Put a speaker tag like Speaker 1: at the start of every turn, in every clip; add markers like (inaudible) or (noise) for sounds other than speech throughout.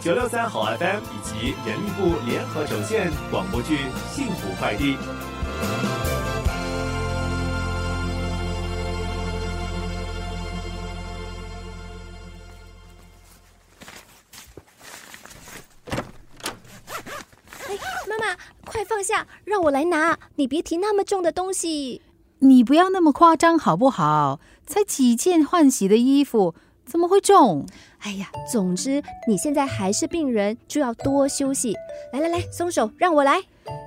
Speaker 1: 九六三好 FM 以及人力部联合呈现广播剧《幸福快递》。
Speaker 2: 妈妈，快放下，让我来拿！你别提那么重的东西。
Speaker 3: 你不要那么夸张好不好？才几件换洗的衣服，怎么会重？
Speaker 2: 哎呀，总之你现在还是病人，就要多休息。来来来，松手，让我来。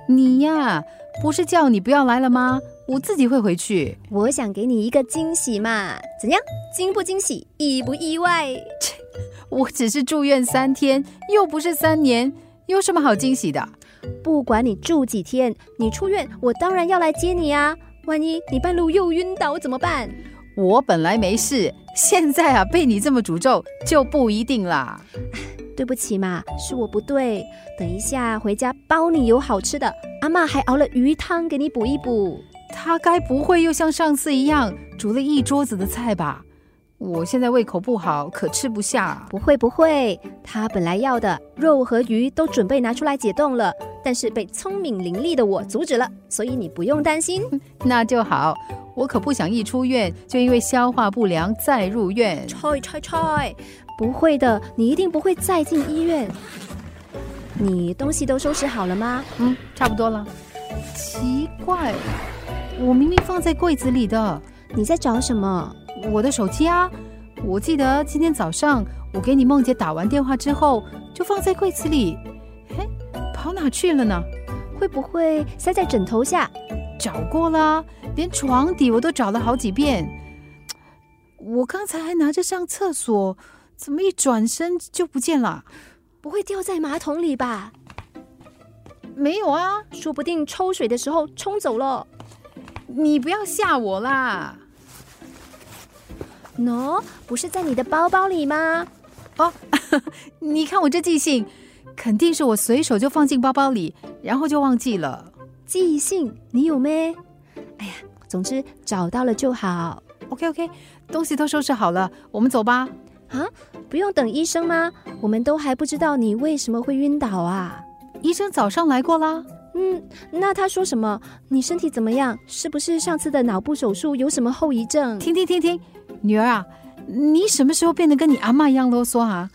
Speaker 3: 你呀，不是叫你不要来了吗？我自己会回去。
Speaker 2: 我想给你一个惊喜嘛，怎样？惊不惊喜，意不意外？
Speaker 3: 我只是住院三天，又不是三年，有什么好惊喜的？
Speaker 2: 不管你住几天，你出院，我当然要来接你啊。万一你半路又晕倒怎么办？
Speaker 3: 我本来没事，现在啊被你这么诅咒就不一定啦。
Speaker 2: 对不起嘛，是我不对。等一下回家包你有好吃的，阿妈还熬了鱼汤给你补一补。
Speaker 3: 他该不会又像上次一样煮了一桌子的菜吧？我现在胃口不好，可吃不下。
Speaker 2: 不会不会，他本来要的肉和鱼都准备拿出来解冻了，但是被聪明伶俐的我阻止了，所以你不用担心。
Speaker 3: 那就好，我可不想一出院就因为消化不良再入院。
Speaker 2: 踹踹踹！不会的，你一定不会再进医院。你东西都收拾好了吗？
Speaker 3: 嗯，差不多了。奇怪，我明明放在柜子里的，
Speaker 2: 你在找什么？
Speaker 3: 我的手机啊！我记得今天早上我给你梦姐打完电话之后，就放在柜子里。嘿，跑哪去了呢？
Speaker 2: 会不会塞在枕头下？
Speaker 3: 找过啦，连床底我都找了好几遍。我刚才还拿着上厕所，怎么一转身就不见了？
Speaker 2: 不会掉在马桶里吧？
Speaker 3: 没有啊，
Speaker 2: 说不定抽水的时候冲走了。
Speaker 3: 你不要吓我啦！
Speaker 2: 喏、no,，不是在你的包包里吗？
Speaker 3: 哦，你看我这记性，肯定是我随手就放进包包里，然后就忘记了。
Speaker 2: 记性你有没？哎呀，总之找到了就好。
Speaker 3: OK OK，东西都收拾好了，我们走吧。
Speaker 2: 啊，不用等医生吗？我们都还不知道你为什么会晕倒啊。
Speaker 3: 医生早上来过啦。
Speaker 2: 嗯，那他说什么？你身体怎么样？是不是上次的脑部手术有什么后遗症？
Speaker 3: 听听听听。女儿啊，你什么时候变得跟你阿妈一样啰嗦啊？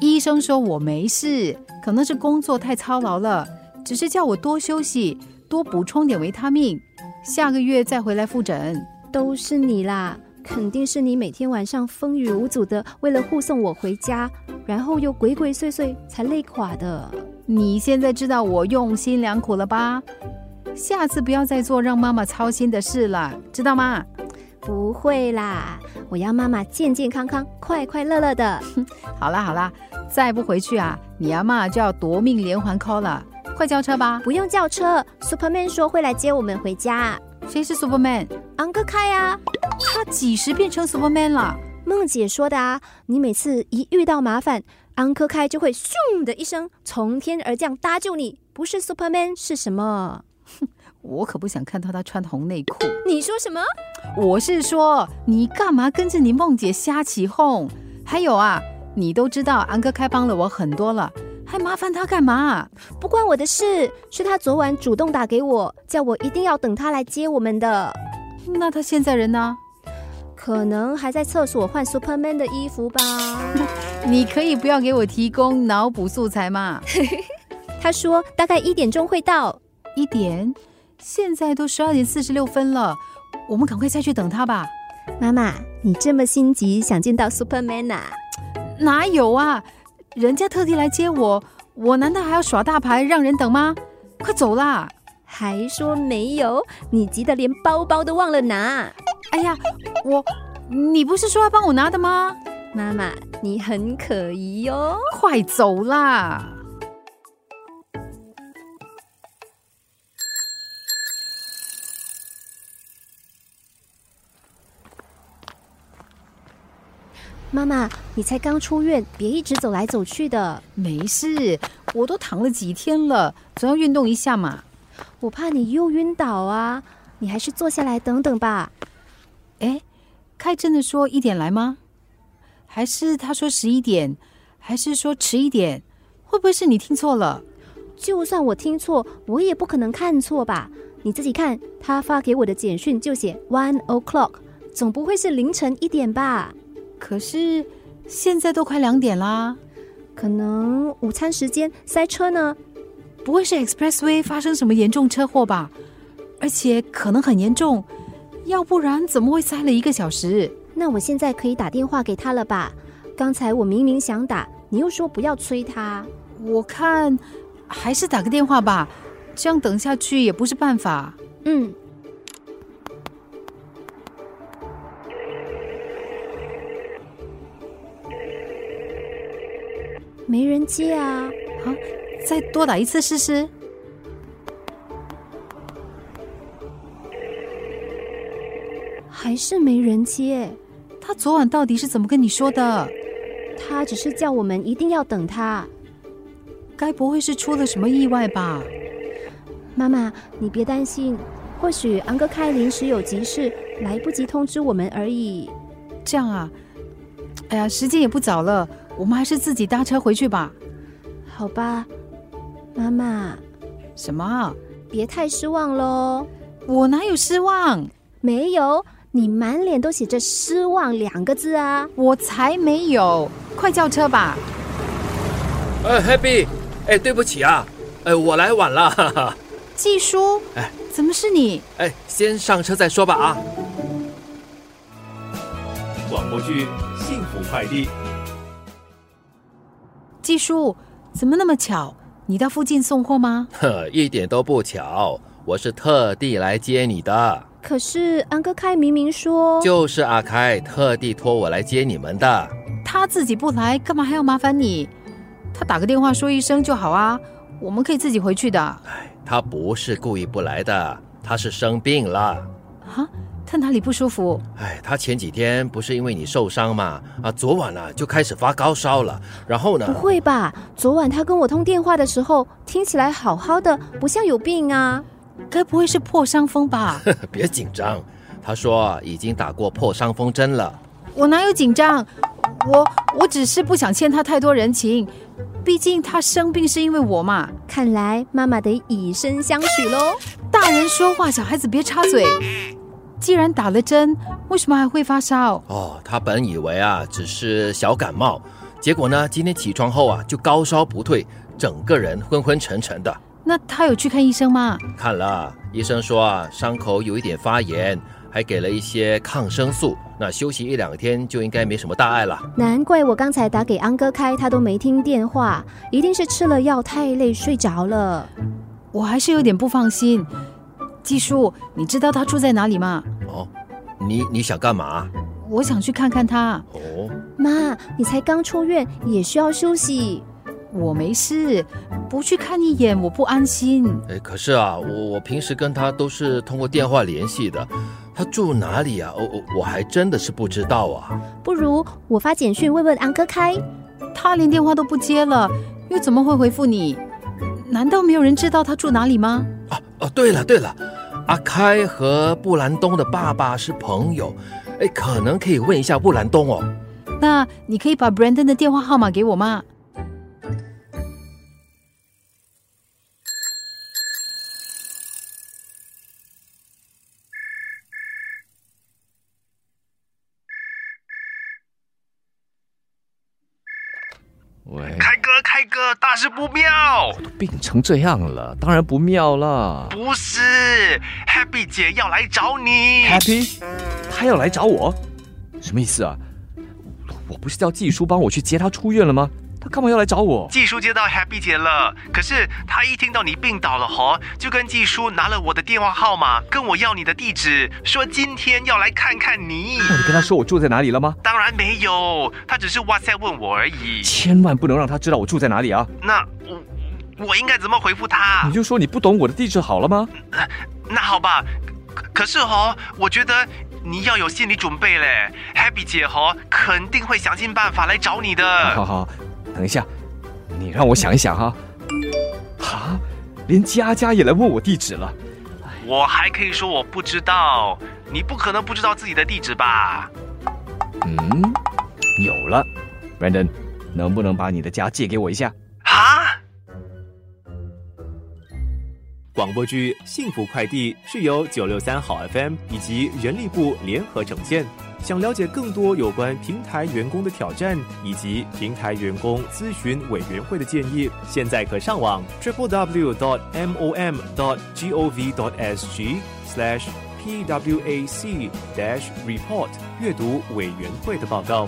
Speaker 3: 医生说我没事，可能是工作太操劳了，只是叫我多休息，多补充点维他命，下个月再回来复诊。
Speaker 2: 都是你啦，肯定是你每天晚上风雨无阻的，为了护送我回家，然后又鬼鬼祟祟才累垮的。
Speaker 3: 你现在知道我用心良苦了吧？下次不要再做让妈妈操心的事了，知道吗？
Speaker 2: 不会啦，我要妈妈健健康康、快快乐乐的。
Speaker 3: 好啦好啦，再不回去啊，你阿妈就要夺命连环 call 了。快叫车吧！
Speaker 2: 不用叫车，Superman 说会来接我们回家。
Speaker 3: 谁是 Superman？
Speaker 2: 昂哥开啊！
Speaker 3: 他几时变成 Superman 了？
Speaker 2: 梦姐说的啊，你每次一遇到麻烦，昂哥开就会咻的一声从天而降搭救你，不是 Superman 是什么？
Speaker 3: 我可不想看到他穿红内裤。
Speaker 2: 你说什么？
Speaker 3: 我是说，你干嘛跟着你梦姐瞎起哄？还有啊，你都知道安哥开帮了我很多了，还麻烦他干嘛？
Speaker 2: 不关我的事，是他昨晚主动打给我，叫我一定要等他来接我们的。
Speaker 3: 那他现在人呢？
Speaker 2: 可能还在厕所换 Superman 的衣服吧。 (laughs)
Speaker 3: 你可以不要给我提供脑补素材吗？
Speaker 2: 他说大概一点钟会到。
Speaker 3: (laughs) 一点？现在都十二点四十六分了，我们赶快下去等他吧。
Speaker 2: 妈妈，你这么心急想见到 Superman 啊？
Speaker 3: 哪有啊？人家特地来接我，我难道还要耍大牌让人等吗？快走啦！
Speaker 2: 还说没有？你急得连包包都忘了拿。
Speaker 3: 哎呀，我，你不是说要帮我拿的吗？
Speaker 2: 妈妈，你很可疑哟、哦。
Speaker 3: 快走啦！
Speaker 2: 妈妈，你才刚出院，别一直走来走去的。
Speaker 3: 没事，我都躺了几天了，总要运动一下嘛。
Speaker 2: 我怕你又晕倒啊，你还是坐下来等等吧。
Speaker 3: 哎，开真的说一点来吗？还是他说十一点？还是说迟一点？会不会是你听错了？
Speaker 2: 就算我听错，我也不可能看错吧？你自己看，他发给我的简讯就写 one o'clock，总不会是凌晨一点吧？
Speaker 3: 可是现在都快两点啦，
Speaker 2: 可能午餐时间塞车呢。
Speaker 3: 不会是 Expressway 发生什么严重车祸吧？而且可能很严重，要不然怎么会塞了一个小时？
Speaker 2: 那我现在可以打电话给他了吧？刚才我明明想打，你又说不要催他。
Speaker 3: 我看还是打个电话吧，这样等下去也不是办法。
Speaker 2: 嗯，没人接啊。
Speaker 3: 啊，再多打一次试试。
Speaker 2: 还是没人接，
Speaker 3: 他昨晚到底是怎么跟你说的？
Speaker 2: 他只是叫我们一定要等他。
Speaker 3: 该不会是出了什么意外吧？
Speaker 2: 妈妈，你别担心，或许昂哥开临时有急事，来不及通知我们而已。
Speaker 3: 这样啊，哎呀，时间也不早了，我们还是自己搭车回去吧。
Speaker 2: 好吧，妈妈，
Speaker 3: 什么？
Speaker 2: 别太失望喽。
Speaker 3: 我哪有失望？
Speaker 2: 没有，你满脸都写着失望两个字啊！
Speaker 3: 我才没有！快叫车吧！
Speaker 4: 呃，Happy，哎，对不起啊，哎，我来晚了，哈哈，
Speaker 3: 季叔，
Speaker 4: 哎
Speaker 3: 怎么是你？
Speaker 4: 哎，先上车再说吧啊。
Speaker 1: 广播剧《幸福快递》。
Speaker 3: 季叔，怎么那么巧？你到附近送货吗？
Speaker 4: 呵，一点都不巧，我是特地来接你的，
Speaker 2: 可是安哥开明明说，
Speaker 4: 就是阿开特地托我来接你们的。
Speaker 3: 他自己不来，干嘛还要麻烦你？他打个电话说一声就好啊，我们可以自己回去的。啊，
Speaker 4: 哎他不是故意不来的，他是生病了。
Speaker 3: 他哪里不舒服？
Speaker 4: 哎，他前几天不是因为你受伤嘛，啊，昨晚啊就开始发高烧了，然后
Speaker 2: 不
Speaker 4: 呢，
Speaker 2: 会吧？昨晚他跟我通电话的时候，听起来好好的，不像有病啊。
Speaker 3: 该不会是破伤风吧？
Speaker 4: 别紧张，他说已经打过破伤风针了。
Speaker 3: 我哪有紧张？我我只是不想欠他太多人情，毕竟他生病是因为我嘛。
Speaker 2: 看来妈妈得以身相许喽。
Speaker 3: 大人说话，小孩子别插嘴。既然打了针，为什么还会发烧？
Speaker 4: 哦，他本以为啊只是小感冒，结果呢，今天起床后啊就高烧不退，整个人昏昏沉沉的。
Speaker 3: 那他有去看医生吗？
Speaker 4: 看了医生说啊，伤口有一点发炎，还给了一些抗生素，那休息一两天就应该没什么大碍了。
Speaker 2: 难怪我刚才打给安哥开，他都没听电话，一定是吃了药太累睡着了。
Speaker 3: 我还是有点不放心。季叔，你知道他住在哪里吗？
Speaker 4: 哦，你你想干嘛？
Speaker 3: 我想去看看他。
Speaker 4: 哦，
Speaker 2: 妈，你才刚出院，也需要休息。
Speaker 3: 我没事，不去看一眼我不安心。
Speaker 4: 哎，可是啊，我我平时跟他都是通过电话联系的，他住哪里啊？我、我我还真的是不知道啊。
Speaker 2: 不如我发简讯问问安哥开。
Speaker 3: 他连电话都不接了，又怎么会回复你？难道没有人知道他住哪里吗？
Speaker 4: 啊哦，对了对了，阿开和布兰东的爸爸是朋友，哎，可能可以问一下布兰东哦。
Speaker 3: 那你可以把 Brandon 的电话号码给我吗？
Speaker 5: 喂，
Speaker 6: 开哥，开哥，大事不妙！
Speaker 5: 病成这样了，当然不妙了。
Speaker 6: 不是，Happy 姐要来找你。
Speaker 5: Happy，他要来找我，什么意思啊？我不是叫季叔帮我去接他出院了吗？他干嘛要来找我？
Speaker 6: 季叔接到 Happy 姐了，可是他一听到你病倒了吼，就跟季叔拿了我的电话号码，跟我要你的地址，说今天要来看看你。
Speaker 5: 那你跟他说我住在哪里了吗？
Speaker 6: 当然没有，他只是 WhatsApp 问我而已。
Speaker 5: 千万不能让他知道我住在哪里啊！
Speaker 6: 那我我应该怎么回复他
Speaker 5: 你？就说你不懂我的地址好了吗？
Speaker 6: 那好吧，可可是吼，我觉得你要有心理准备嘞。Happy 姐吼肯定会想尽办法来找你的。
Speaker 5: 好好，等一下，你让我想一想哈、啊。啊，连佳佳也来问我地址了。
Speaker 6: 我还可以说我不知道，你不可能不知道自己的地址吧？
Speaker 5: 嗯，有了，Brandon，能不能把你的家借给我一下？
Speaker 6: 啊？
Speaker 1: 广播剧《幸福快递》是由九六三好 FM 以及人力部联合呈现。想了解更多有关平台员工的挑战以及平台员工咨询委员会的建议，现在可上网 triple w dot m o m dot g o v dot s g slash p w a c dash report 阅读委员会的报告。